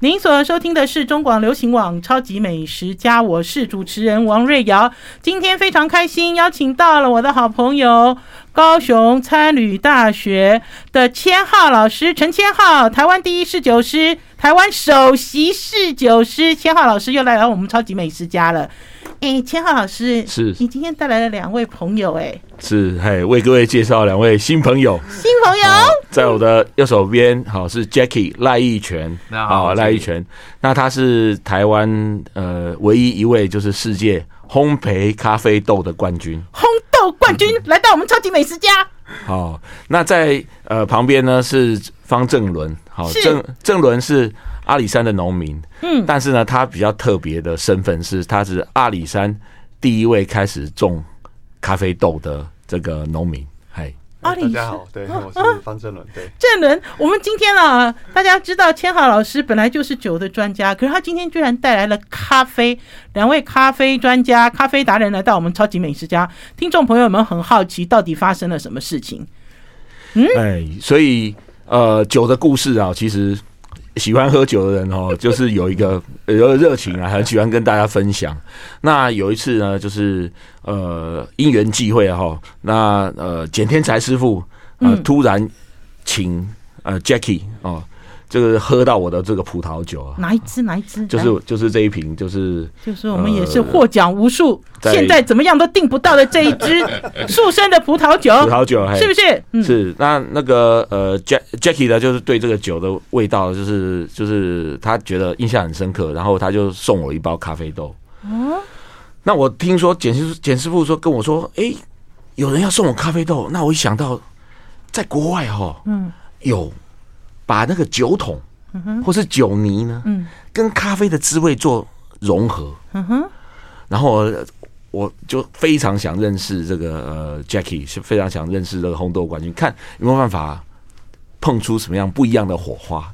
您所收听的是中广流行网《超级美食家》，我是主持人王瑞瑶。今天非常开心，邀请到了我的好朋友高雄参旅大学的千浩老师，陈千浩，台湾第一侍酒师，台湾首席侍酒师，千浩老师又来到我们《超级美食家》了。哎、千浩老师，是你今天带来了两位朋友、哎，是，嘿，为各位介绍两位新朋友。新朋友，好在我的右手边，好是 Jackie 赖义全，大家好我是赖义 Jackie 全。那他是台湾呃唯一一位就是世界烘焙咖啡豆的冠军。烘豆冠军来到我们《超级美食家》。好，那在呃旁边呢是方正伦，好是正正伦是阿里山的农民，嗯但是呢，他比较特别的身份是他是阿里山第一位开始种咖啡豆的这个农民，嘿。阿里哎大家好，对，我是方正伦，对，郑伦，我们今天啊，大家知道千浩老师本来就是酒的专家，可是他今天居然带来了咖啡，两位咖啡专家、咖啡达人来到我们超级美食家，听众朋友们很好奇到底发生了什么事情？哎，所以呃，酒的故事啊，其实喜欢喝酒的人哦，就是有一个呃有一个热情啊，很喜欢跟大家分享。那有一次呢，就是呃因缘际会哈、哦，那呃简天才师傅呃嗯突然请呃 Jackie 哦，这个喝到我的这个葡萄酒啊，哪一支？哪一支？来就是就是这一瓶，就是就是我们也是获奖无数，在现在怎么样都订不到的这一支树生的葡萄酒，葡萄酒，嘿哦是不是？嗯，是，那那个呃，Jack Jackie 呢，就是对这个酒的味道，就是就是他觉得印象很深刻，然后他就送我一包咖啡豆。嗯那我听说简师简师傅说跟我说，诶，有人要送我咖啡豆，那我一想到在国外哈，嗯，有把那个酒桶或是酒泥呢，嗯，跟咖啡的滋味做融合，嗯哼，然后我我就非常想认识这个呃 Jackie，是非常想认识这个红豆冠军，看有没有办法碰出什么样不一样的火花。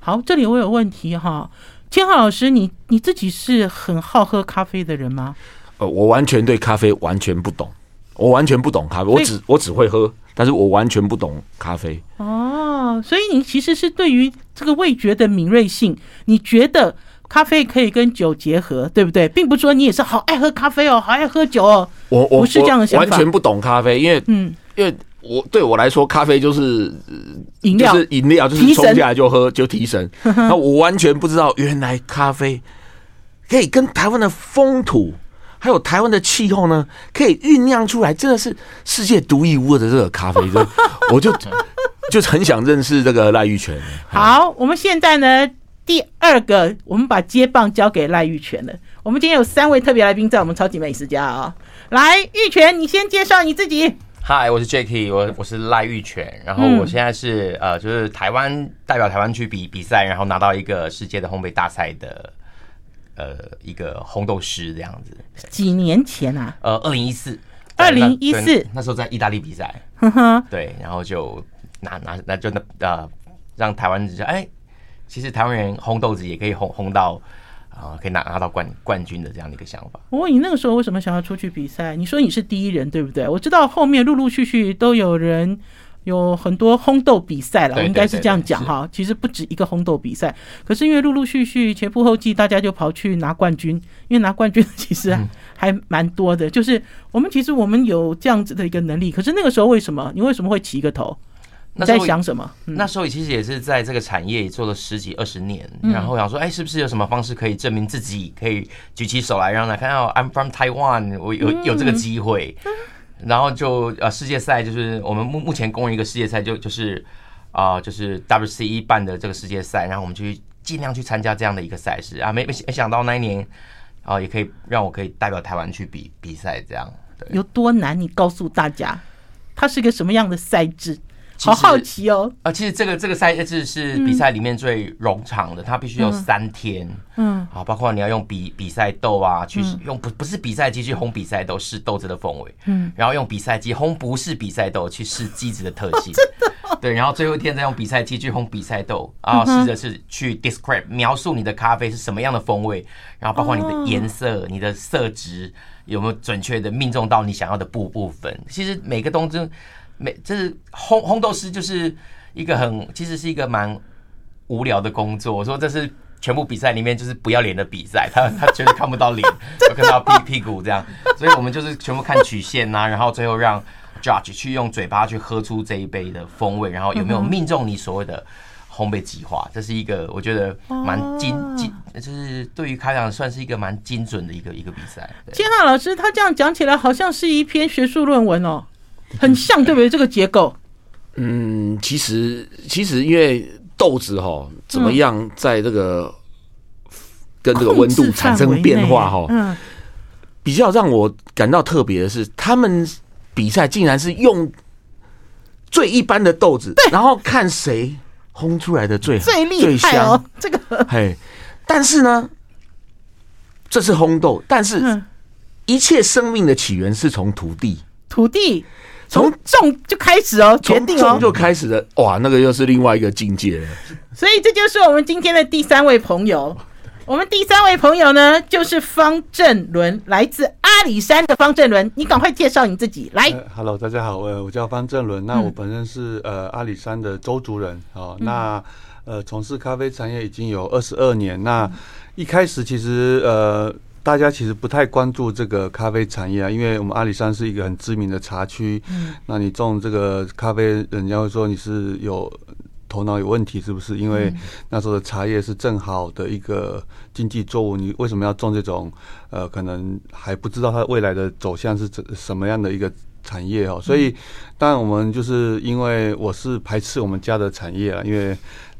好，这里我有问题哈，千浩老师，你你自己是很好喝咖啡的人吗？呃，我完全对咖啡完全不懂，我完全不懂咖啡，所我以只我只会喝，但是我完全不懂咖啡。哦，所以你其实是对于这个味觉的敏锐性，你觉得咖啡可以跟酒结合，对不对？并不是说你也是好爱喝咖啡哦，好爱喝酒哦。我我不是这样的我想法完全不懂咖啡，因为嗯，因为我对我来说，咖啡就是呃饮就料、是饮料，就提是冲神下来就喝就提 神。那我完全不知道，原来咖啡可以跟台湾的风土还有台湾的气候呢，可以酝酿出来，真的是世界独一无二的这个咖啡。 就我就就很想认识这个赖玉泉。好，我们现在呢，第二个，我们把接棒交给赖玉泉了。我们今天有三位特别来宾在我们超级美食家啊、来，玉泉，你先介绍你自己。嗨，我是 Jacky，我我是赖玉泉，然后嗯我现在是、呃，就是台湾代表台湾去比比赛，然后拿到一个世界的烘焙大赛的呃一个烘豆师这样子。几年前啊，呃，二零一四， 2014对那时候在意大利比 赛，呵呵，对，然后就拿拿那就那呃，让台湾人知道，哎，其实台湾人烘豆子也可以烘烘到啊、呃可以拿拿到冠冠军的这样的一个想法。我问你那个时候为什么想要出去比赛？你说你是第一人，对不对？我知道后面陆陆续续都有人有很多烘豆比赛了，对我应该是这样讲哈。其实不止一个烘豆比赛，可是因为陆陆续续前赴后继，大家就跑去拿冠军，因为拿冠军其实啊嗯还蛮多的。就是我们其实我们有这样子的一个能力，可是那个时候为什么你为什么会起一个头？你那时在候想什么？嗯那时候其实也是在这个产业做了十几二十年，然后想说，哎，是不是有什么方式可以证明自己，可以举起手来让他看到 I'm from Taiwan，我有有这个机会。然后就呃，世界赛就是我们目目前公认一个世界赛，就就是啊、就是 WCE 办的这个世界赛，然后我们去尽量去参加这样的一个赛事啊，没没没想到那一年啊、也可以让我可以代表台湾去比比赛这样。对，有多难？你告诉大家，它是个什么样的赛制？其好好实奇哦。啊，其实这个这个赛制是比赛里面最冗长的，它必须有三天。嗯，啊，包括你要用比比赛豆啊，去用不不是比赛机去烘比赛豆，试豆子的风味，嗯，然后用比赛机烘不是比赛豆去试机子的特性， 对，然后最后一天再用比赛机去烘比赛豆，啊，试着是去 describe 描述你的咖啡是什么样的风味，然后包括你的颜色、你的色值有没有准确的命中到你想要的部部分。其实每个东西，每就是烘烘豆师就是一个很，其实是一个蛮无聊的工作。我说这是全部比赛里面就是不要脸的比赛，他 他绝对看不到 脸，就看到屁屁股这样，所以我们就是全部看曲线呐、然后最后让 judge 去用嘴巴去喝出这一杯的风味，然后有没有命中你所谓的烘焙计划，这是一个我觉得蛮啊精精，就是对于开朗算是一个蛮精准的一个一个比赛。对建汉老师，他这样讲起来好像是一篇学术论文哦，很像，对不对？这个结构，嗯，其实其实因为豆子哈，怎么样在这个跟这个温控度制产范围生内变化哦哈，嗯，比较让我感到特别的是，他们比赛竟然是用最一般的豆子，然后看谁烘出来的最好最厉害哦，这个最香。嘿，但是呢，这是烘豆，但是嗯，一切生命的起源是从土地。土地从从种就开始哦，决从定种哦，就开始的，哇，那个又是另外一个境界了。所以这就是我们今天的第三位朋友。我们第三位朋友呢，就是方正伦，来自阿里山的方正伦。你赶快介绍你自己来。呃 Hello，大家好，呃，我叫方正伦，那我本身是呃阿里山的周族人哦，那呃从事咖啡产业已经有二十二年，那一开始其实呃。大家其实不太关注这个咖啡产业啊，因为我们阿里山是一个很知名的茶区。嗯，那你种这个咖啡，人家会说你是有头脑有问题，是不是？因为那时候的茶叶是正好的一个经济作物，你为什么要种这种呃，可能还不知道它未来的走向是怎什么样的一个产业哦？所嗯以，当然我们就是因为我是排斥我们家的产业啊，因为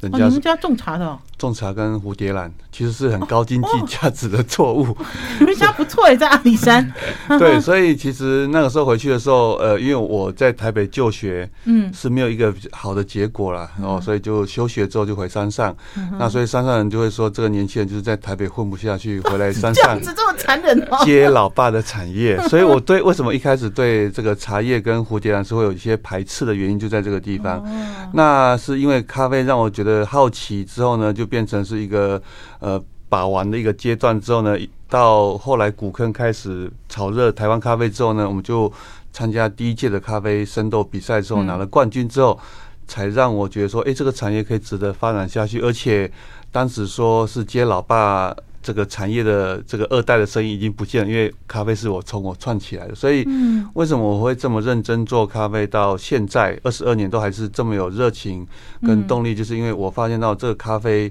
人哦，家你是们家种茶的、哦，种茶跟蝴蝶兰其实是很高经济价值的作哦物。你们家不错耶，在阿里 山。 对，所以其实那个时候回去的时候，呃，因为我在台北就学，嗯，是没有一个好的结果啦，然后所以就休学之后就回山上。嗯那所以山上人就会说，这个年轻人就是在台北混不下去，回来山这上样子这么残 忍啊哦。 接老爸的产业。所以我对为什么一开始对这个茶叶跟蝴蝶兰是会有一些排斥的原因，就在这个地方。那是因为咖啡让我觉得好奇，之后呢，就变成是一个呃把玩的一个阶段。之后呢，到后来古坑开始炒热台湾咖啡之后呢，我们就参加第一届的咖啡生豆比赛之后嗯拿了冠军之后，才让我觉得说，哎、这个产业可以值得发展下去。而且当时说是接老爸。这个产业的这个二代的生意已经不见了，因为咖啡是我从我串起来的，所以嗯为什么我会这么认真做咖啡？到现在二十二年都还是这么有热情跟动力，就是因为我发现到这个咖啡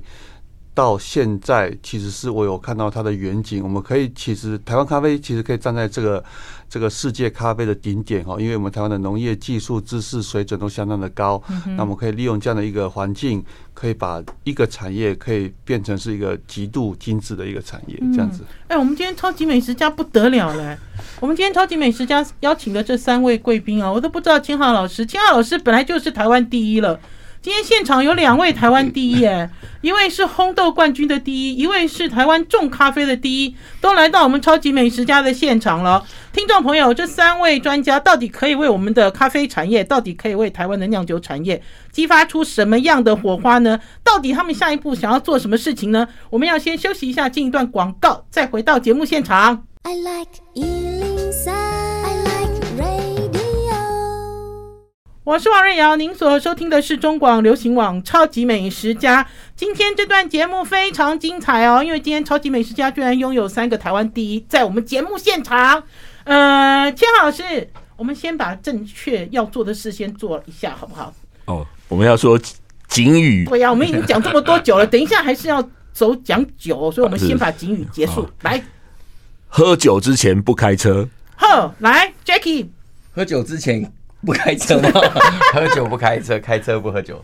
到现在其实是我有看到它的远景。我们可以其实台湾咖啡其实可以站在这个这个世界咖啡的顶点哈，因为我们台湾的农业技术、知识水准都相当的高，那我们可以利用这样的一个环境，可以把一个产业可以变成是一个极度精致的一个产业，这样子。哎、我们今天超级美食家不得了嘞！ 我们今天超级美食家邀请的这三位贵宾啊，我都不知道千浩老师，千浩老师本来就是台湾第一了。今天现场有两位台湾第一，哎，一位是烘豆冠军的第一，一位是台湾种咖啡的第一，都来到我们超级美食家的现场了。听众朋友，这三位专家到底可以为我们的咖啡产业，到底可以为台湾的酿酒产业激发出什么样的火花呢？到底他们下一步想要做什么事情呢？我们要先休息一下，进一段广告，再回到节目现场。 I like Ealing Sound. I like radio. 我是王瑞瑶，您所收听的是中广流行网《超级美食家》。今天这段节目非常精彩哦，因为今天《超级美食家》居然拥有三个台湾第一，在我们节目现场。呃，千老师，我们先把正确要做的事先做一下，好不好？哦，我们要说景宇对呀、我们已经讲这么多久了，等一下还是要走讲酒哦、所以我们先把警语结束好。来，喝酒之前不开车，呵，来 j a c k i e 喝酒之前不开车吗？ 喝酒不开车，开车不喝酒。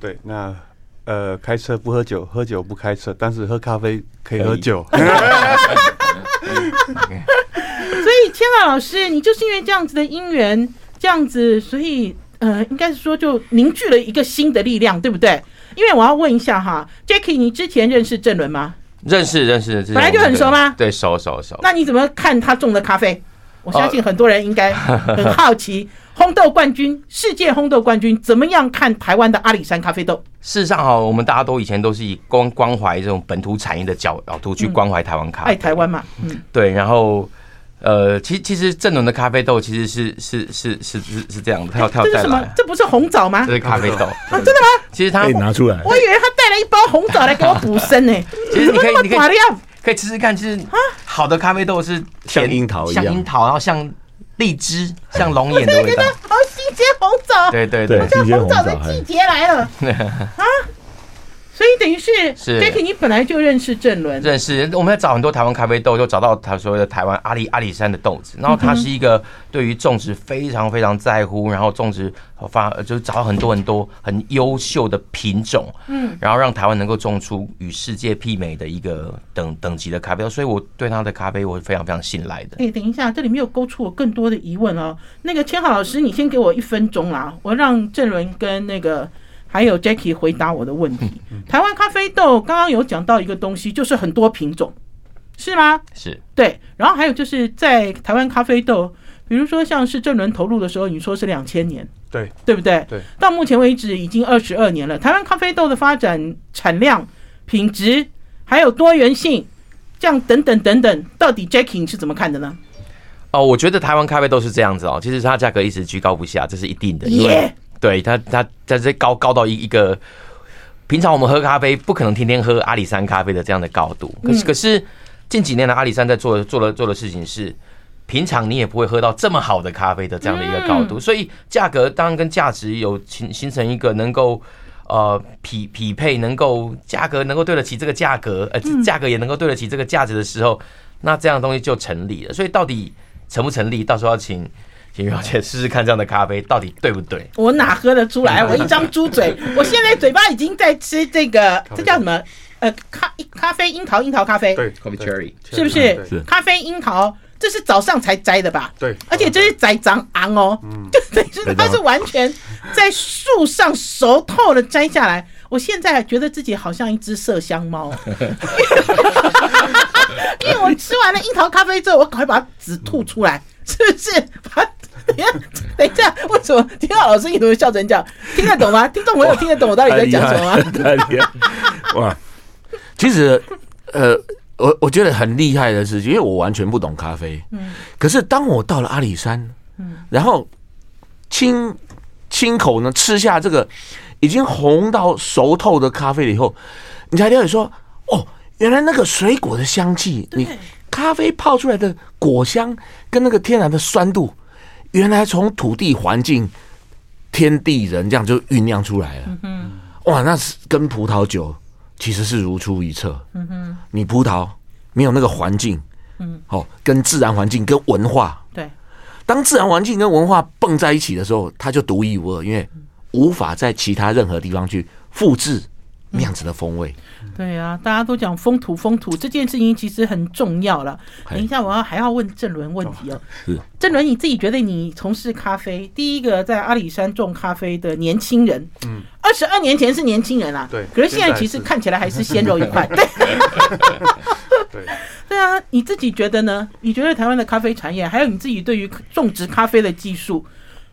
对，那呃，开车不喝酒，喝酒不开车，但是喝咖啡可以喝可以 酒。所以千娜老师，你就是因为这样子的因缘，这样子，所以呃，应该是说就凝聚了一个新的力量，对不对？因为我要问一下哈 j a c k i e 你之前认识郑伦吗？认识认识，本本来就很熟吗对，熟熟熟。那你怎么看他种的咖啡？我相信很多人应 该很好奇，烘豆冠军，世界烘豆冠军，怎么样看台湾的阿里山咖啡豆？事实上哈，我们大家都以前都是以关关怀这种本土产业的角角度去关怀台湾咖啡爱台湾啊嘛，嗯，对，然后呃，其其实正伦的咖啡豆其实是是是是是哎是这样的，它有它这是有带什么来？，这不是红枣吗 这？是咖啡豆， 啊，真的吗？其实它可以拿出来。我以为他带了一包红枣来给我补身呢、 其实你可怎以么那么你可以短的要可以吃吃看，就是好的咖啡豆是像甜樱桃一样像樱桃，然后像荔枝，像龙 眼的味道。好新鲜红枣， 对对对对，这新鲜红红枣枣的还季节来了啊！所以等于是是 Jacky，你本来就认识郑伦，认识我们在找很多台湾咖啡豆，就找到他所谓的台湾阿里阿里山的豆子。然后他是一个对于种植非常非常在乎，然后种植发就是找到很多很多很优秀的品种，嗯，然后让台湾能够种出与世界媲美的一个等等级的咖啡豆。所以我对他的咖啡我是非常非常信赖的。哎、等一下，这里没有勾出我更多的疑问哦。那个千浩老师，你先给我一分钟啦，我让郑伦跟那个还有 Jacky 回答我的问题。台湾咖啡豆刚刚有讲到一个东西，就是很多品种，是吗？是对，然后还有就是在台湾咖啡豆，比如说像是郑伦投入的时候，你说是两千年，对对不对？对，到目前为止已经二十二年了。台湾咖啡豆的发展、产量、品质，还有多元性，这样等等等等，到底 Jacky 你是怎么看的呢？哦，我觉得台湾咖啡豆是这样子哦，其实它价格一直居高不下，这是一定的，因为 Yeah 对它它它这高高到一一个，平常我们喝咖啡不可能天天喝阿里山咖啡的这样的高度，可是可是近几年来阿里山在做的做的做的事情是。平常你也不会喝到这么好的咖啡的这样的一个高度，所以价格当然跟价值有形形成一个能够呃匹匹配，能够价格能够对得起这个价格，呃价格也能够对得起这个价值的时候，那这样的东西就成立了。所以到底成不成立，到时候要请请于小姐试试看这样的咖啡到底对不对。我哪喝得出来？我一张猪嘴，我现在嘴巴已经在吃这个，这叫什么？呃，咖咖啡樱桃，樱桃咖啡，对对 Cherry，是不对是？咖啡樱桃，这是早上才摘的吧？对，而且这是栽长昂哦，嗯就等于是它是完全在树上熟透的摘下来。我现在觉得自己好像一只麝香猫， 因为我吃完了樱桃咖啡之后，我赶快把籽吐出来，是不是？把等一下，等一下，为什么听到老师一直笑成这样？听得懂吗？听众朋友听得懂我到底在讲什么吗？ 太厉害！哇，其实呃，我我觉得很厉害的是，因为我完全不懂咖啡，嗯，可是当我到了阿里山，嗯，然后亲亲口呢吃下这个已经红到熟透的咖啡了以后，你才了解说，哦，原来那个水果的香气，你咖啡泡出来的果香跟那个天然的酸度，原来从土地环境。天地人这样就酝酿出来了，哇，那是跟葡萄酒其实是如出一辙。嗯哼，你葡萄没有那个环境，嗯，哦，跟自然环境跟文化，对，当自然环境跟文化蹦在一起的时候，它就独一无二，因为无法在其他任何地方去复制那样子的风味。对啊，大家都讲风土风土这件事情其实很重要了。嘿等一下，我要还要问郑伦问题哦。是郑伦，你自己觉得你从事咖啡，第一个在阿里山种咖啡的年轻人，嗯，二十二年前是年轻人啊，对可是现在现在其实是看起来还是鲜肉一块。对，对。对 啊，你自己觉得呢？你觉得台湾的咖啡产业，还有你自己对于种植咖啡的技术，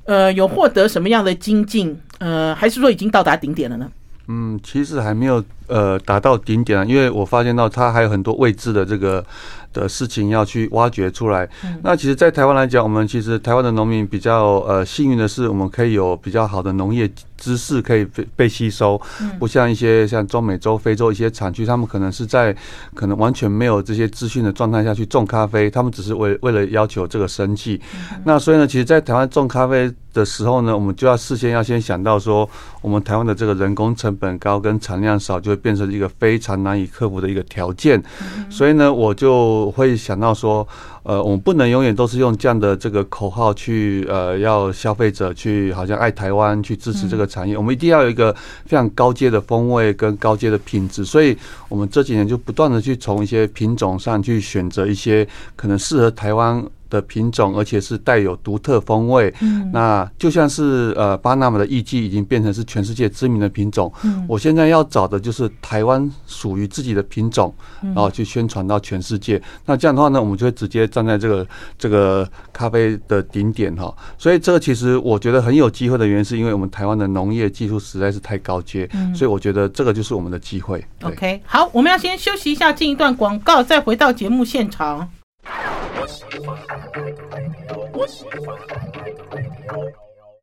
呃，有获得什么样的精进？呃，还是说已经到达顶点了呢？嗯，其实还没有呃达到顶点啊，因为我发现到它还有很多未知的这个的事情要去挖掘出来。那其实，在台湾来讲，我们其实台湾的农民比较呃幸运的是，我们可以有比较好的农业知识可以被被吸收，不像一些像中美洲、非洲一些产区，他们可能是在可能完全没有这些资讯的状态下去种咖啡，他们只是为为了要求这个生计。那所以呢，其实，在台湾种咖啡的时候呢，我们就要事先要先想到说，我们台湾的这个人工成本高跟产量少，就会变成一个非常难以克服的一个条件。所以呢，我就会想到说，呃，我们不能永远都是用这样的这个口号去呃，要消费者去好像爱台湾，去支持这个产业。我们一定要有一个非常高阶的风味跟高阶的品质。所以，我们这几年就不断的去从一些品种上去选择一些可能适合台湾。的品种，而且是带有独特风味。嗯，那就像是呃，巴拿马的艺妓已经变成是全世界知名的品种。嗯，我现在要找的就是台湾属于自己的品种，嗯然后去宣传到全世界。那这样的话呢，我们就会直接站在这个这个咖啡的顶点哈。所以这个其实我觉得很有机会的原因，是因为我们台湾的农业技术实在是太高阶，所以我觉得这个就是我们的机会。对嗯 OK，好，我们要先休息一下，进一段广告，再回到节目现场。嗯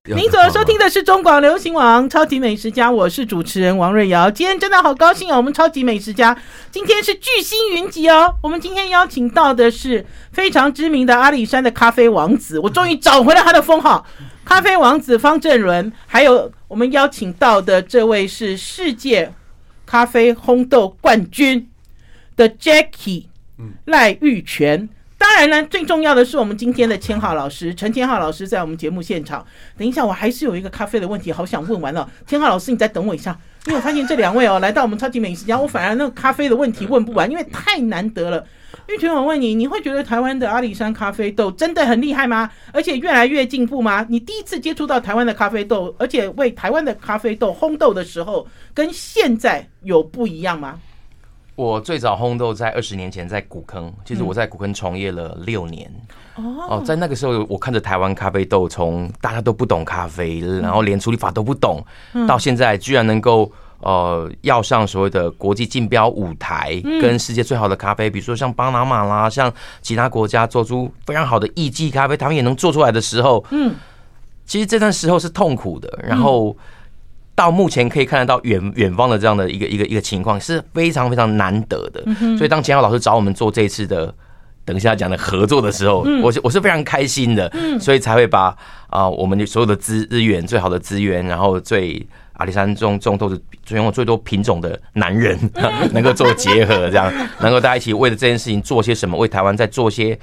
您所收听的是中广流行网《超级美食家》，我是主持人王瑞瑶。今天真的好高兴哦，我们《超级美食家》今天是巨星云集哦。我们今天邀请到的是非常知名的阿里山的咖啡王子，我终于找回了他的封号——咖啡王子方正伦。还有我们邀请到的这位是世界咖啡烘豆冠军的 Jackie 赖玉泉。当然呢，最重要的是我们今天的千浩老师陈千浩老师在我们节目现场。等一下，我还是有一个咖啡的问题，好想问完了。千浩老师，你再等我一下，因为我发现这两位哦，来到我们超级美食家，我反而那个咖啡的问题问不完，因为太难得了。玉泉，我问你，你会觉得台湾的阿里山咖啡豆真的很厉害吗？而且越来越进步吗？你第一次接触到台湾的咖啡豆，而且为台湾的咖啡豆烘豆的时候，跟现在有不一样吗？我最早烘豆在二十年前在古坑，其实我在古坑从业了六年。哦，在那个时候，我看着台湾咖啡豆从大家都不懂咖啡，然后连处理法都不懂，到现在居然能够呃要上所谓的国际竞标舞台，跟世界最好的咖啡，比如说像巴拿马啦，像其他国家做出非常好的意季咖啡，他们也能做出来的时候，嗯，其实这段时候是痛苦的，然后。到目前可以看得到远远方的这样的一个一个一个情况是非常非常难得的，所以当钱浩老师找我们做这一次的，等一下讲的合作的时候，我是我是非常开心的，所以才会把啊、我们所有的资资源最好的资源，然后最啊阿里山种种豆子最拥有最多品种的男人 能够做结合，这样能够大家一起为了这件事情做些什么，为台湾再做些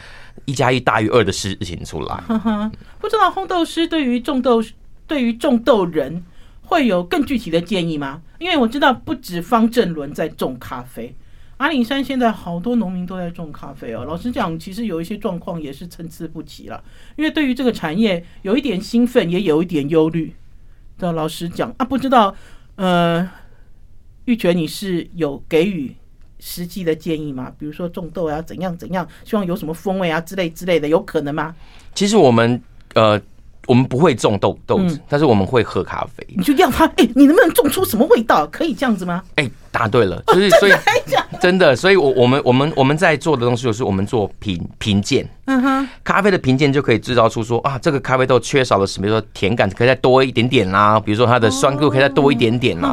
一加一大于二的事情出来。哈哈，不知道烘豆师对于种豆对于种豆人会有更具体的建议吗？因为我知道不止方正伦在种咖啡，阿里山现在好多农民都在种咖啡哦。老实讲，其实有一些状况也是参差不齐了，因为对于这个产业有一点兴奋，也有一点忧虑。对，老实讲啊，不知道呃，玉泉你是有给予。实际的建议吗？比如说种豆啊，怎样怎样，希望有什么风味啊之类之类的，有可能吗？其实我们呃，我们不会种豆豆子，嗯但是我们会喝咖啡。你就要它，哎、你能不能种出什么味道？可以这样子吗？哎、答对了，就是所以哎呀， 真的，所以我我们我们我们在做的东西就是我们做评评鉴，嗯哼，咖啡的评鉴就可以制造出说啊，这个咖啡豆缺少了什么，比如说甜感可以再多一点点啦，比如说它的酸度可以再多一点点啦，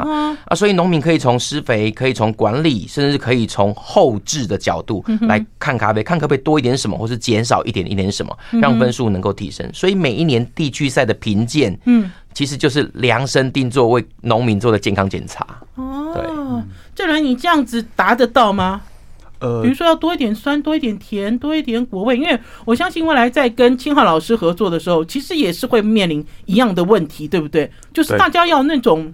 啊，所以农民可以从施肥，可以从管理，甚至可以从后置的角度来看咖啡，看可不可以多一点什么，或是减少一点一点什么，让分数能够提升。所以每一年地区赛的评鉴，嗯，其实就是量身定做为农民做的健康检查。哦，这人你这样子答得到吗？呃比如，说要多一点酸，多一点甜，多一点果味，因为我相信未来在跟清浩老师合作的时候，其实也是会面临一样的问题，对不对？就是对大家要那种，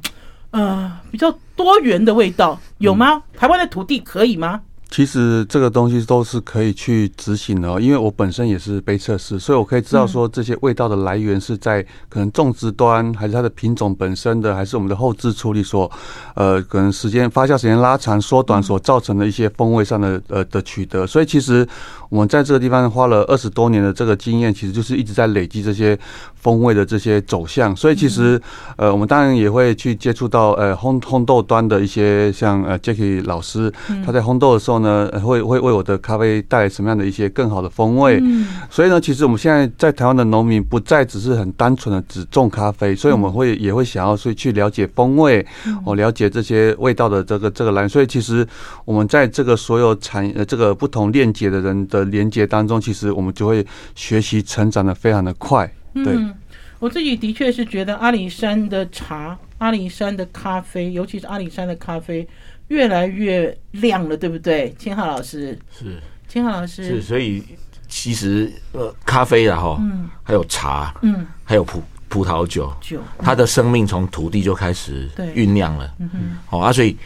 呃，比较多元的味道，有嗯吗？台湾的土地可以吗？其实这个东西都是可以去执行的、哦，因为我本身也是杯测师，所以我可以知道说这些味道的来源是在可能种植端，还是它的品种本身的，还是我们的后置处理所，呃，可能时间发酵时间拉长、缩短所造成的一些风味上的呃的取得。所以其实我们在这个地方花了二十多年的这个经验，其实就是一直在累积这些风味的这些走向。所以其实，呃，我们当然也会去接触到呃烘烘豆端的一些像呃 Jackie 老师，他在烘豆的时候呢，呃会会为我的咖啡带来什么样的一些更好的风味。所以呢，其实我们现在在台湾的农民不再只是很单纯的只种咖啡，所以我们会也会想要去去了解风味，哦，了解这些味道的这个这个来源。所以其实我们在这个所有产呃这个不同链接的人的连接当中，其实我们就会学习成长的非常的快。对，嗯，我自己的确是觉得阿里山的茶、阿里山的咖啡，尤其是阿里山的咖啡，越来越亮了，对不对？千浩老师是千浩老是，师，所以其实呃，咖啡啊哈，还有茶，嗯，还有葡葡萄酒，酒，它的生命从土地就开始对嗯酝酿了。好、啊，所以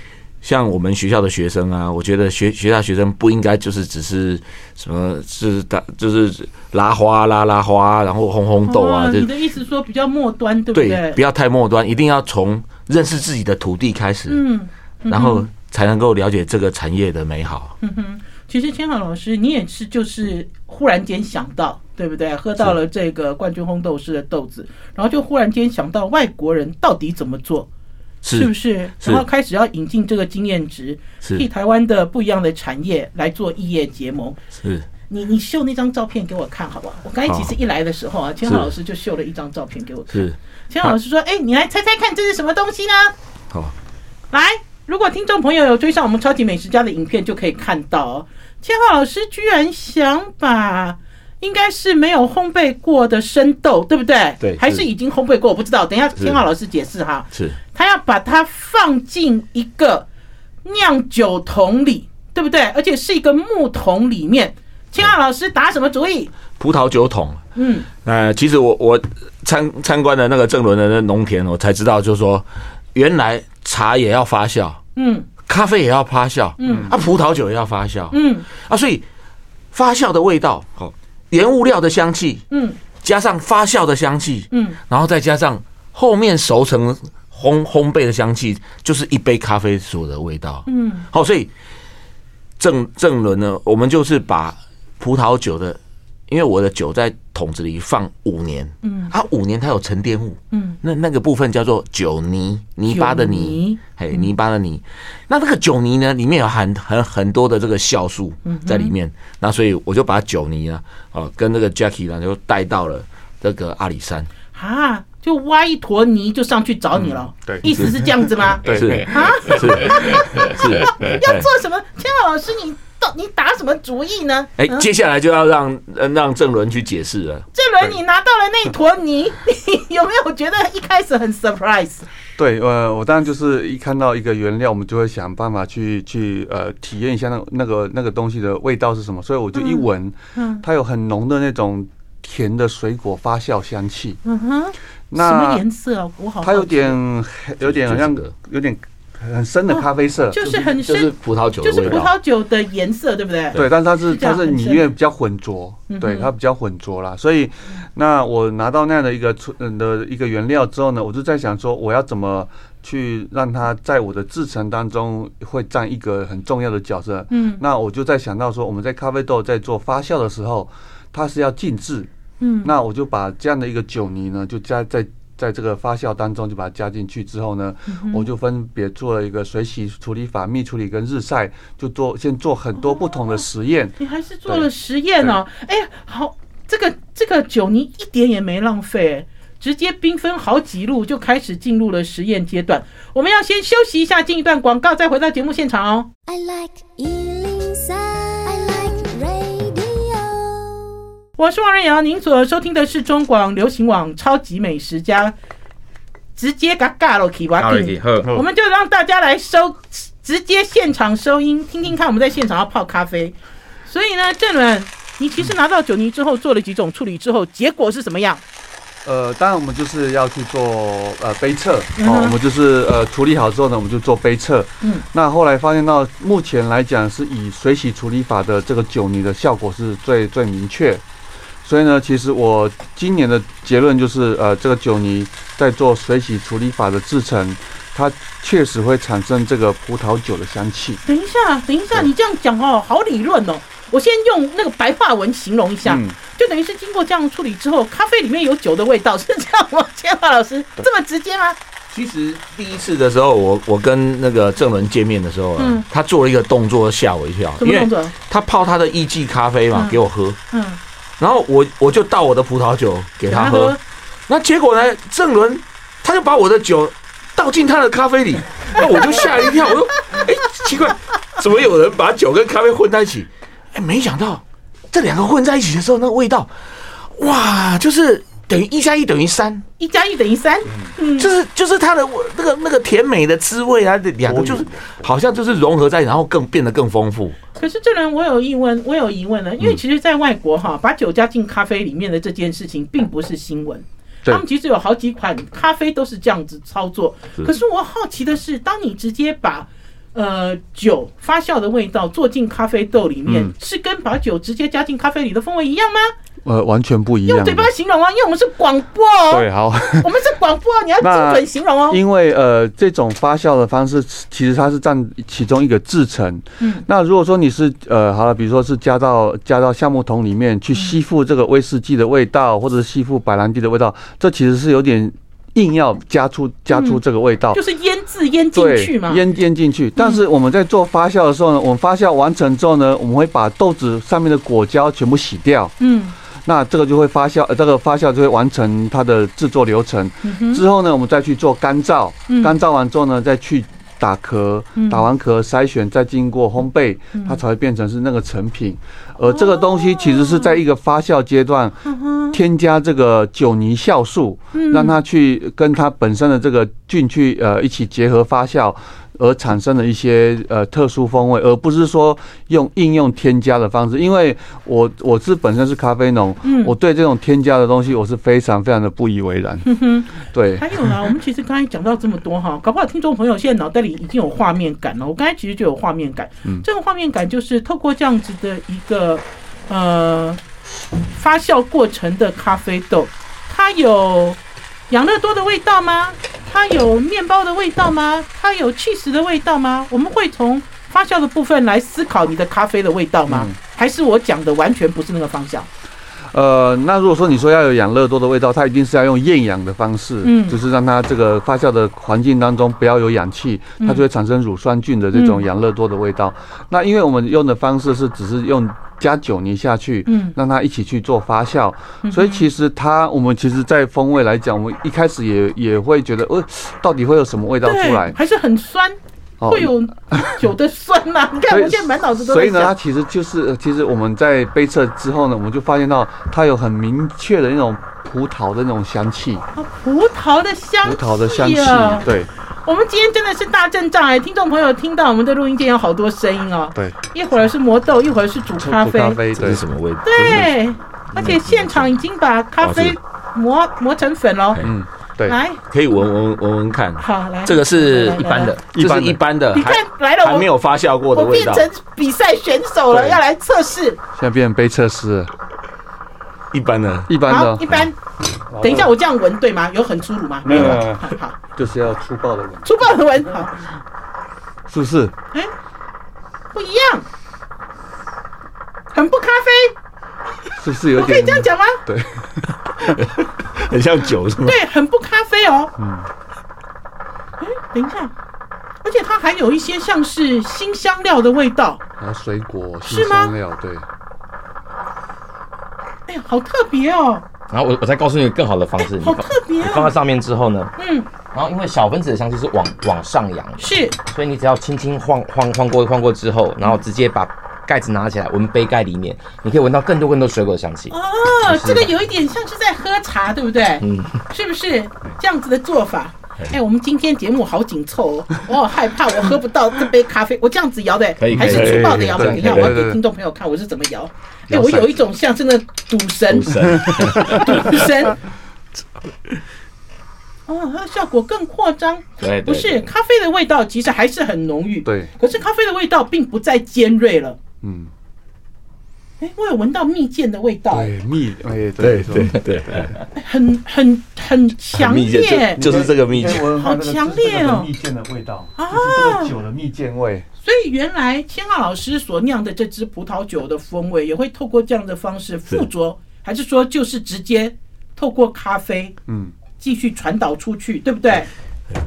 像我们学校的学生啊，我觉得学学校学生不应该就是只是什么，是打就是拉花拉拉花，然后烘烘豆啊，哦就你的意思说比较末端，对不对，对？不要太末端，一定要从认识自己的土地开始，嗯，然后才能够了解这个产业的美好。嗯其实千浩老师，你也是就是忽然间想到，对不对？喝到了这个冠军烘豆师的豆子，然后就忽然间想到外国人到底怎么做，是不是是？是然后开始要引进这个经验值，替是台湾的不一样的产业来做异业结盟。是，你你秀那张照片给我看好不好？我刚才好其实一来的时候啊，千浩是老师就秀了一张照片给我看。是千浩老师说：“哎、你来猜猜看这是什么东西呢？”好，来，如果听众朋友有追上我们超级美食家的影片，就可以看到哦千浩老师居然想把。应该是没有烘焙过的生豆，对不对？对还是是已经烘焙过？我不知道。等一下，千浩老师解释哈。是他要把它放进一个酿酒桶里，对不对？而且是一个木桶里面。千浩老师打什么主意？葡萄酒桶。嗯，那其实我我参参观了那个正伦的那农田，我才知道，就是说原来茶也要发酵，嗯咖啡也要发酵，嗯，啊，葡萄酒也要发酵，嗯啊，所以发酵的味道，好，原物料的香气，嗯加上发酵的香气，嗯，然后再加上后面熟成烘烘焙的香气，就是一杯咖啡所的味道。嗯，好，所以正正轮呢，我们就是把葡萄酒的，因为我的酒在桶子里放五年，嗯，啊，五年它有沉淀物，嗯，那那个部分叫做酒泥，泥嗯巴的酒泥泥，嘿，泥巴的泥。那这个酒泥呢，里面有含很很多的这个酵素在里面，那所以我就把酒泥呢，哦，跟那个 Jackie 呢就带到了这个阿里山。啊，就挖一坨泥就上去找你了。嗯对意思是这样子吗？ 对是啊，是是，要做什么？千浩老师，你到你打什么主意呢？哎，嗯接下来就要让呃让郑伦去解释了。这轮你拿到了那坨泥， 你有没有觉得一开始很 surprise？对，呃，我当然就是一看到一个原料，我们就会想办法去去呃体验一下那那个那个东西的味道是什么，所以我就一闻，嗯它有很浓的那种甜的水果发酵香气。嗯哼，什么那颜色啊？我好好奇，它有点黑有点好像就是这个有点很深的咖啡色，哦就是很就深是葡萄酒就的是味葡道，萄酒的颜色，对不对？对，但是它是是这样它是很你深因为比较浑浊嗯哼，对，它比较浑浊啦，所以那我拿到那样的一个出嗯的一个原料之后呢，我就在想说我要怎么去让它在我的制成当中会占一个很重要的角色。嗯那我就在想到说，我们在咖啡豆在做发酵的时候，它是要静置，嗯那我就把这样的一个酒泥呢，就加在在这个发酵当中就把它加进去之后呢，我就分别做了一个水洗处理法、蜜处理跟日晒，就做先做很多不同的实验。你还是做了实验哦。哎呀，好，这个这个酒你一点也没浪费，直接兵分好几路就开始进入了实验阶段。我们要先休息一下，进一段广告，再回到节目现场哦。 I like Ealing Sound. I like radio. 我是王瑞瑶，您所收听的是中广流行网《超级美食家》，直接嘎尬了 k 哇好定，我们就让大家来收，直接现场收音，听听看我们在现场要泡咖啡。所以呢，郑伦，你其实拿到酒泥之后做了几种处理之后，结果是什么样？呃，当然我们就是要去做呃杯测嗯哦哼，我们就是呃处理好之后呢，我们就做杯测。嗯，那后来发现到目前来讲是以水洗处理法的这个酒泥的效果是最最明确。所以呢，其实我今年的结论就是，呃，这个酒泥在做水洗处理法的制成，它确实会产生这个葡萄酒的香气。等一下，等一下，你这样讲哦，好理论哦。我先用那个白话文形容一下，嗯就等于是经过这样处理之后，咖啡里面有酒的味道，是这样吗？千华老师这么直接吗？其实第一次的时候，我我跟那个郑伦见面的时候啊嗯他做了一个动作吓我一跳，什么因为动作？他泡他的意式咖啡嘛嗯给我喝，嗯，然后我我就倒我的葡萄酒给给他喝，那结果呢，郑伦他就把我的酒倒进他的 咖啡里，那我就吓一跳，我说：“哎、奇怪，怎么有人把酒跟咖啡混在一起？”哎、没想到这两个混在一起的时候，那个味道，哇，就是等于一加一等于三，一加一等于三。嗯，就是就是它的那个那个甜美的滋味啊，两个就是好像就是融合在，然后更变得更丰富。可是这人我有疑问，我有疑问嗯呢，因为其实，在外国哈，把酒加进咖啡里面的这件事情并不是新闻。对他们其实有好几款咖啡都是这样子操作。是可是我好奇的是，当你直接把呃酒发酵的味道做进咖啡豆里面，嗯是跟把酒直接加进咖啡里的风味一样吗？呃，完全不一样用的。嘴巴形容啊，因为我们是广播哦，对，好。我们是广播哦，你要精准形容哦。 因为呃，这种发酵的方式其实它是占其中一个制成。嗯，那如果说你是呃，好了，比如说是加到加到橡木桶里面去吸附这个威士忌的味道，或者是吸附白兰地的味道，这其实是有点硬要加出加出这个味道，嗯就是腌制腌进对，去嘛。腌腌进去。但是我们在做发酵的时候呢，我们发酵完成之后呢，我们会把豆子上面的果胶全部洗掉，嗯那这个就会发酵，呃，这个发酵就会完成它的制作流程。嗯哼之后呢，我们再去做干燥，嗯干燥完之后呢，再去打壳嗯，打完壳筛选，再经过烘焙嗯，它才会变成是那个成品。而这个东西其实是在一个发酵阶段，嗯添加这个酒泥酵素，哼，让它去跟它本身的这个菌去呃一起结合发酵。而产生的一些呃特殊风味，而不是说用应用添加的方式，因为我我是本身是咖啡农，嗯我对这种添加的东西我是非常非常的不以为然。嗯哼。对，还有 啦，我们其实刚才讲到这么多哈，搞不好听众朋友现在脑袋里已经有画面感了。我刚才其实就有画面感，嗯这个画面感就是透过这样子的一个呃发酵过程的咖啡豆，它有养乐多的味道吗？它有面包的味道吗？它有 cheese 的味道吗？我们会从发酵的部分来思考你的咖啡的味道吗？嗯还是我讲的完全不是那个方向？呃，那如果说你说要有养乐多的味道，它一定是要用厌氧的方式，嗯就是让它这个发酵的环境当中不要有氧气，它就会产生乳酸菌的这种嗯养乐多的味道。那因为我们用的方式是只是用加酒泥下去，嗯让它一起去做发酵，嗯所以其实它我们其实，在风味来讲，我们一开始也也会觉得，呃，到底会有什么味道出来对，？还是很酸。哦会有酒的酸嘛？ 你看所以我现在满脑子都所在以呢，它想，其实就是，呃其实我们在杯测之后呢，我们就发现到它有很明确的那种葡萄的那种香气，啊葡萄的香葡萄的香气啊，对我们今天真的是大阵仗哎！听众朋友听到我们的录音间有好多声音哦，对，一会儿是磨豆，一会儿是煮出咖啡，咖啡嗯这对是。什么味？这是对，而且现场已经把咖啡哦磨磨成粉喽。哎嗯，对，来，可以闻闻闻闻看，好来，这个是来一般的，，一这般是的一般来的，来你还看来了，还没我有发酵过的我味变成成比赛选手了，对要来测试。现在变成杯测试了，一般的，一般啊好的，一般。嗯等一下，我这样闻对吗？有很粗鲁吗？没有没有好好，就是要粗暴的闻，粗暴的闻，好，是不是？哎，不一样，很不咖啡，是不是有我可以点这？样讲吗？对，很像酒是吗？对，很不咖啡哦。嗯，哎，等一下，而且它还有一些像是新香料的味道，然后啊水果、是新吗香料，对，哎呀，好特别哦，然后我我再告诉你更好的方式，你好放特别你放在哦。上面之后呢，嗯，然后因为小分子的香气是往往上扬，是，所以你只要轻轻晃晃晃过晃过之后，然后直接把盖子拿起来闻杯盖里面，你可以闻到更多更多水果的香气。哦，是这个有一点像是在喝茶，对不对？嗯，是不是这样子的做法？哎，我们今天节目好紧凑哦，我好害怕我喝不到这杯咖啡。我这样子摇的，可以还是可粗以暴的摇可以吗？可以你看，我要对对给对听众朋友看我是怎么摇。哎，摇我骰子有一种像是那赌神， 赌神。哦，它的效果更扩张。对对不是对咖啡的味道，其实还是很浓郁。对可是咖啡的味道并不再尖锐了。嗯，哎，我有闻到蜜饯的味道，对，蜜，哎，对对对，哎很很很强蜜饯烈。就就是这个蜜饯，好强烈哦蜜饯的味道，啊就是这个酒的蜜饯味，所以原来千浩老师所酿的这支葡萄酒的风味，也会透过这样的方式附着，还是说就是直接透过咖啡嗯。继续传导出去，对不对？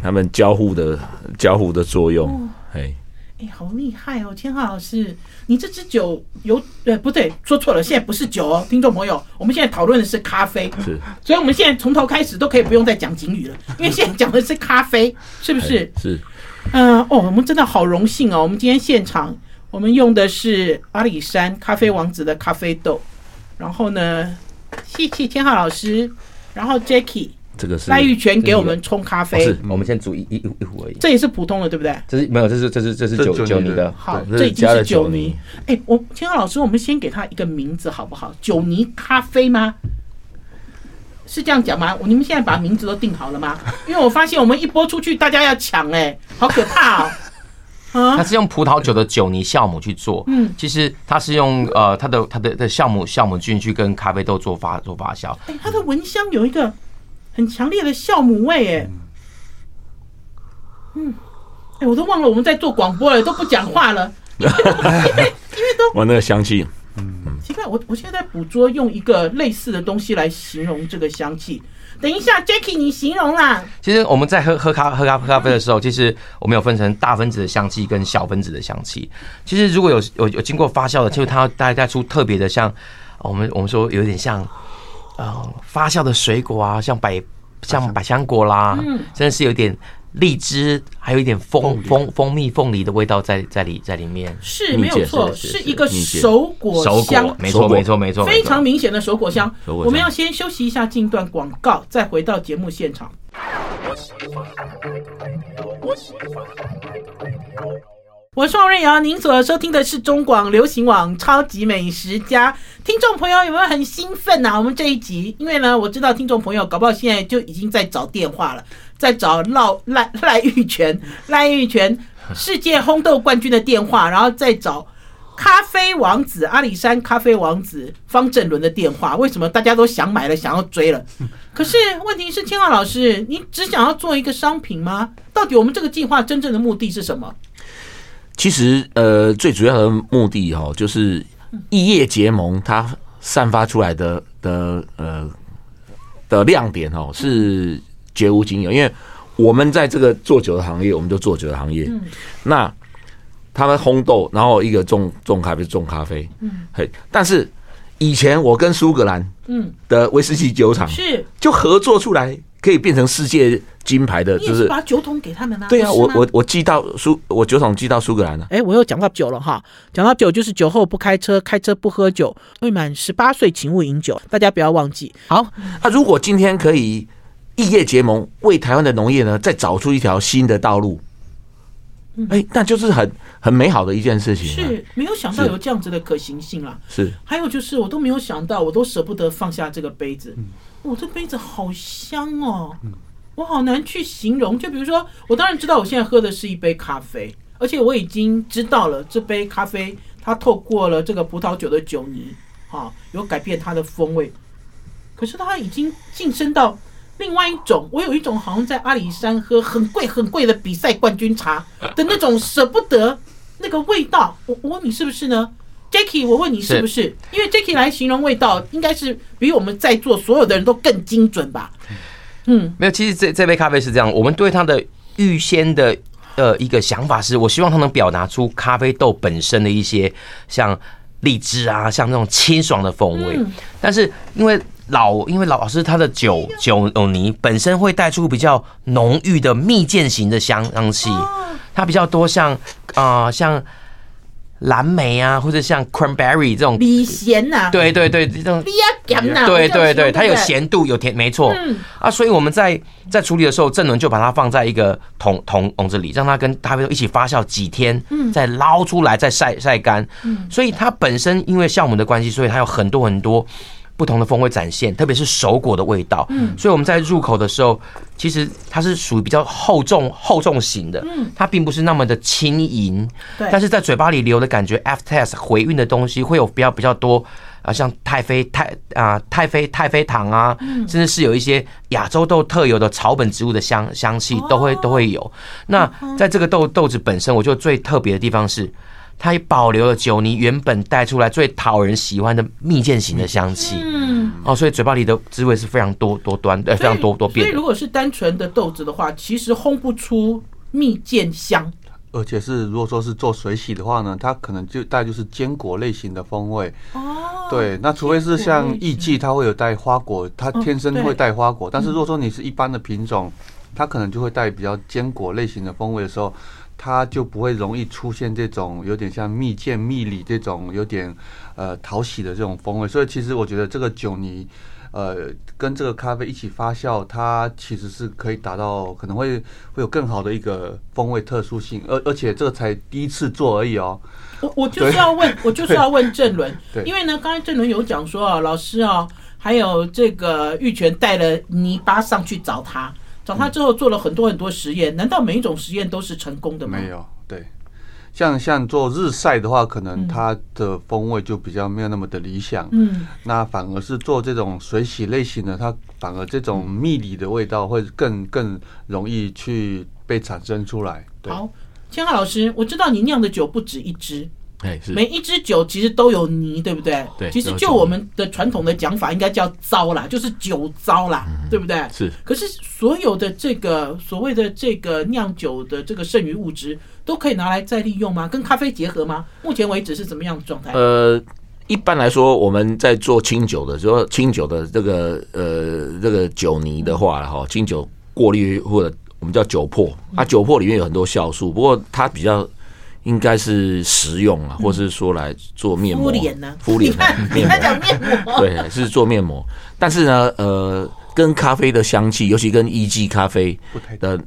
他们交互的交互的作用，哎，哎，好厉害哦，千浩老师，你这支酒有呃不对，说错了，现在不是酒哦，听众朋友，我们现在讨论的是咖啡，是所以我们现在从头开始都可以不用再讲警语了，因为现在讲的是咖啡，是不是？是，嗯、哦，我们真的好荣幸哦！我们今天现场我们用的是阿里山咖啡王子的咖啡豆，然后呢，谢谢千浩老师，然后 Jacky 这个是赖玉泉给我们冲咖不啡，是，我们先煮一一一壶而已。这也是普通的，对不对？这是没有，这是这是这是这酒酒酒泥泥的的，好，对这已经加是了酒酒泥泥。哎、我千浩老师，我们先给他一个名字好不好？酒泥咖啡吗？是这样讲吗？你们现在把名字都定好了吗？因为我发现我们一播出去，大家要抢哎、好可怕哦！啊它，是用葡萄酒的酒泥酵母去做。嗯嗯，其实它是用呃它的它的的酵母酵母菌去跟咖啡豆做发做发酵。哎，它的蚊香有一个很强烈的酵母味，哎，嗯，哎，我都忘了我们在做广播了，都不讲话了，因为因为都哇，那个香气，奇怪，在我我现在在捕捉用一个类似的东西来形容这个香气。等一下 j a c k i e 你形容啦。其实我们在喝喝咖喝咖喝咖啡的时候，其实我们有分成大分子的香气跟小分子的香气。其实如果有有有经过发酵的，就是它带带出特别的像，呃我们我们说有点像，呃，发酵的水果啊，像百像百香果啦，嗯真的是有点荔枝，还有一点蜂蜂蜂蜜凤梨的味道在在里在里面。是蜜没有饯错，是是是一个蜜饯手果手香果，，没错手果没错没错，没错嗯非常明显的手果香。手果香我们要先休息一下，进一段广告，再回到节目现场。我是王瑞瑶，您所收听的是中广流行网《超级美食家》。听众朋友有没有很兴奋啊呐、我们这一集，因为呢，我知道听众朋友搞不好现在就已经在找电话了，在找赖赖赖玉泉、赖玉泉世界烘豆冠军的电话，然后再找咖啡王子阿里山咖啡王子方正伦的电话。为什么大家都想买了，想要追 了？可是问题是，千浩老师，你只想要做一个商品吗？到底我们这个计划真正的目的是什么？其实呃，最主要的目的哈、就是异业结盟它散发出来的的呃的亮点哦，是绝无仅有。因为我们在这个做酒的行业，我们就做酒的行业，那他们烘豆，然后一个种种咖啡，种咖啡，嗯，嘿，但是以前我跟苏格兰嗯，的威士忌酒厂是就合作出来，可以变成世界金牌的，你也就是是把酒桶给他们啊？对啊，不是我吗我我寄到苏，我酒厂寄到苏格兰了、哎，我又讲到酒了哈，讲到酒就是酒后不开车，开车不喝酒，未满十八岁请勿饮酒，大家不要忘记。好，那、如果今天可以异业结盟，为台湾的农业呢再找出一条新的道路，嗯哎、那就是很很美好的一件事情、啊。是没有想到是有这样子的可行性啦。是还有就是，我都没有想到，我都舍不得放下这个杯子。我、这杯子好香哦，我好难去形容。就比如说，我当然知道我现在喝的是一杯咖啡，而且我已经知道了这杯咖啡它透过了这个葡萄酒的酒泥，啊，有改变它的风味。可是它已经晋升到另外一种，我有一种好像在阿里山喝很贵很贵的比赛冠军茶的那种舍不得那个味道。我我问你是不是呢？Jacky，我问你是不是？因为 Jacky 来形容味道，应该是比我们在座所有的人都更精准吧？嗯，没有，其实这这杯咖啡是这样，我们对它的预先的呃一个想法是，我希望它能表达出咖啡豆本身的一些像荔枝啊，像那种清爽的风味。嗯但是因为老因为老师他的酒酒泥本身会带出比较浓郁的蜜饯型的香香气，哦它比较多像啊、呃像蓝莓啊，或者像 cranberry 这种。李贤呐、对对对，这种李亚咸呐，对我这样对形容对，它有不咸度有甜，没错。嗯啊，所以我们在在处理的时候，郑伦就把它放在一个桶桶桶子里，让它跟咖啡豆一起发酵几天，再捞出来，再晒晒干。所以它本身因为酵母的关系，所以它有很多很多不同的风味展现，特别是熟果的味道。所以我们在入口的时候，其实它是属于比较厚重厚重型的，它并不是那么的轻盈，对但是在嘴巴里留的感觉，after test 回韵的东西会有比较比较多。啊，像太妃太啊、太妃太妃糖啊，嗯甚至是有一些亚洲豆特有的草本植物的香香气，哦都会都会有。那嗯在这个豆豆子本身，我觉得最特别的地方是，它也保留了酒泥原本带出来最讨人喜欢的蜜饯型的香气。嗯，哦，所以嘴巴里的滋味是非常多多端，呃，非常多多所以变如的。果是单纯的豆子的话，其实烘不出蜜饯香。而且是如果说是做水洗的话呢，它可能就带就是坚果类型的风味。哦，对，那除非是像艺季，妓，它会有带花果，它嗯天生对嗯会带花果。但是如果说你是一般的品种，它可能就会带比较坚果类型的风味的时候，它就不会容易出现这种有点像蜜饯、蜜李这种有点呃讨喜的这种风味。所以其实我觉得这个酒泥。呃，跟这个咖啡一起发酵，它其实是可以达到，可能会会有更好的一个风味特殊性，而而且这个才第一次做而已哦。我我就是要问，我就是要问郑伦对，因为呢，刚才郑伦有讲说啊，老师啊，还有这个玉泉带了泥巴上去找他，找他之后做了很多很多实验，难道每一种实验都是成功的吗？没，有，对。像像做日晒的话，可能嗯它的风味就比较没有那么的理想，嗯，那反而是做这种水洗类型的，它反而这种蜜里的味道会更更容易去被产生出来。对，哦好，千浩老师，我知道你酿的酒不止一支，哎是每一支酒其实都有泥，对不对？对其实都有就酒我们的传统的讲法，应该叫糟啦，就是酒糟啦，对不对？嗯是可是所有的这个所谓的这个酿酒的这个剩余物质，都可以拿来再利用吗？跟咖啡结合吗？目前为止是怎么样的状态？呃，一般来说，我们在做清酒的时候，清酒的这个呃这个酒泥的话啦，哈，清酒过滤或者我们叫酒粕，嗯啊，酒粕里面有很多酵素，不过它比较。应该是食用啊，或是说来做面嗯膜敷脸啊呢敷脸啊你看， 你面膜看，讲面 膜，对，是做面膜。但是呢，呃，跟咖啡的香气，尤其跟一季咖啡不太的，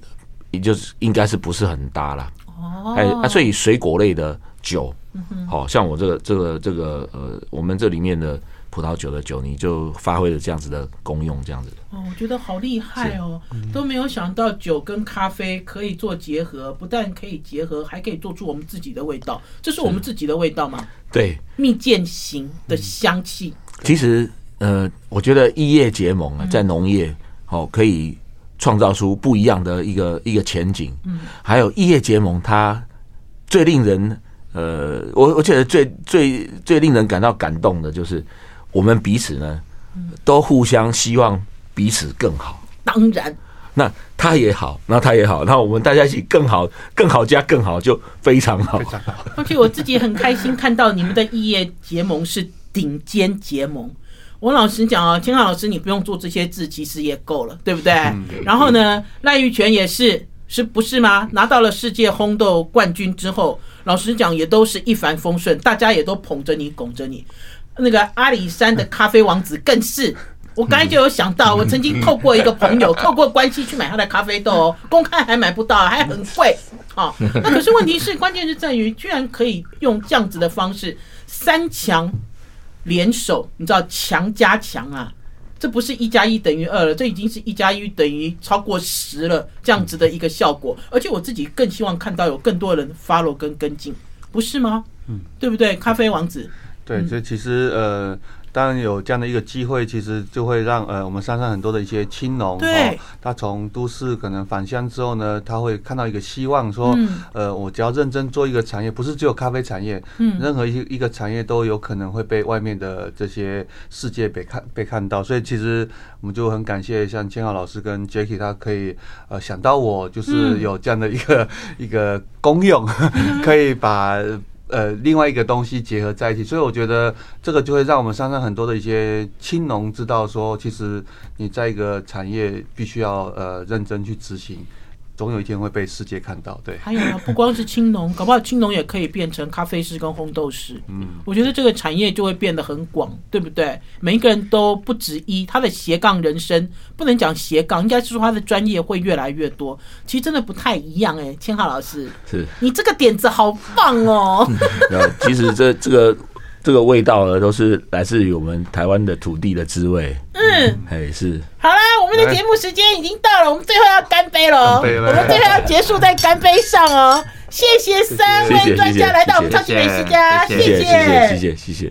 也就是应该是不是很搭啦。哦哎啊，所以水果类的酒，嗯好、像我这个这个这个呃，我们这里面的葡萄酒的酒，你就发挥了这样子的功用，这样子。哦，我觉得好厉害哦，都没有想到酒跟咖啡可以做结合，不但可以结合，还可以做出我们自己的味道，这是我们自己的味道吗？对，蜜饯型的香气，其实呃，我觉得异业结盟啊，在农业好、可以创造出不一样的一个一个前景。嗯，还有异业结盟，它最令人呃，我我觉得最最最令人感到感动的就是我们彼此呢，都互相希望彼此更好。当然那他也好，那他也好，那我们大家一起更好，更好加更好，就非常好。而且我自己很开心看到你们的异业结盟是顶尖结盟。我老实讲哦，天浩老师，你不用做这些字，其实也够了，对不对？然后呢，赖玉泉也是，是不是吗？拿到了世界烘豆冠军之后，老实讲也都是一帆风顺，大家也都捧着你，拱着你。那个阿里山的咖啡王子更是。我刚才就有想到，我曾经透过一个朋友，透过关系去买他的咖啡豆哦，公开还买不到，还很贵哦。那可是问题是，关键是在于，居然可以用这样子的方式，三强联手，你知道强加强啊，这不是一加一等于二了，这已经是一加一等于超过十了这样子的一个效果。而且我自己更希望看到有更多人 follow 跟跟进，不是吗？嗯，对不对？咖啡王子，对，嗯所以其实呃，当然有这样的一个机会，其实就会让呃我们山上很多的一些青农，对哦，他从都市可能返乡之后呢，他会看到一个希望说，嗯呃，我只要认真做一个产业，不是只有咖啡产业，嗯任何一一个产业都有可能会被外面的这些世界被看被看到，所以其实我们就很感谢像千浩老师跟 Jacky 他可以呃想到我，就是嗯有这样的一个、 一个功用， 可以把。呃，另外一个东西结合在一起，所以我觉得这个就会让我们山上很多的一些青农知道说，其实你在一个产业必须要呃认真去执行，总有一天会被世界看到。对，还有啊，不光是青农， 搞不好青农也可以变成咖啡师跟烘豆师。嗯，我觉得这个产业就会变得很广，对不对？每一个人都不止一，他的斜杠人生不能讲斜杠，应该是说他的专业会越来越多。其实真的不太一样哎、千浩老师，是，你这个点子好棒哦！ 那其实这这个这个味道呢，都是来自于我们台湾的土地的滋味。嗯，哎，是好啦，我们的节目时间已经到了，我们最后要干杯喽！干杯了我们最后要结束在干杯上哦！谢谢三谢谢谢位谢专家来到我们超级美食家，谢谢谢谢谢谢谢谢谢谢。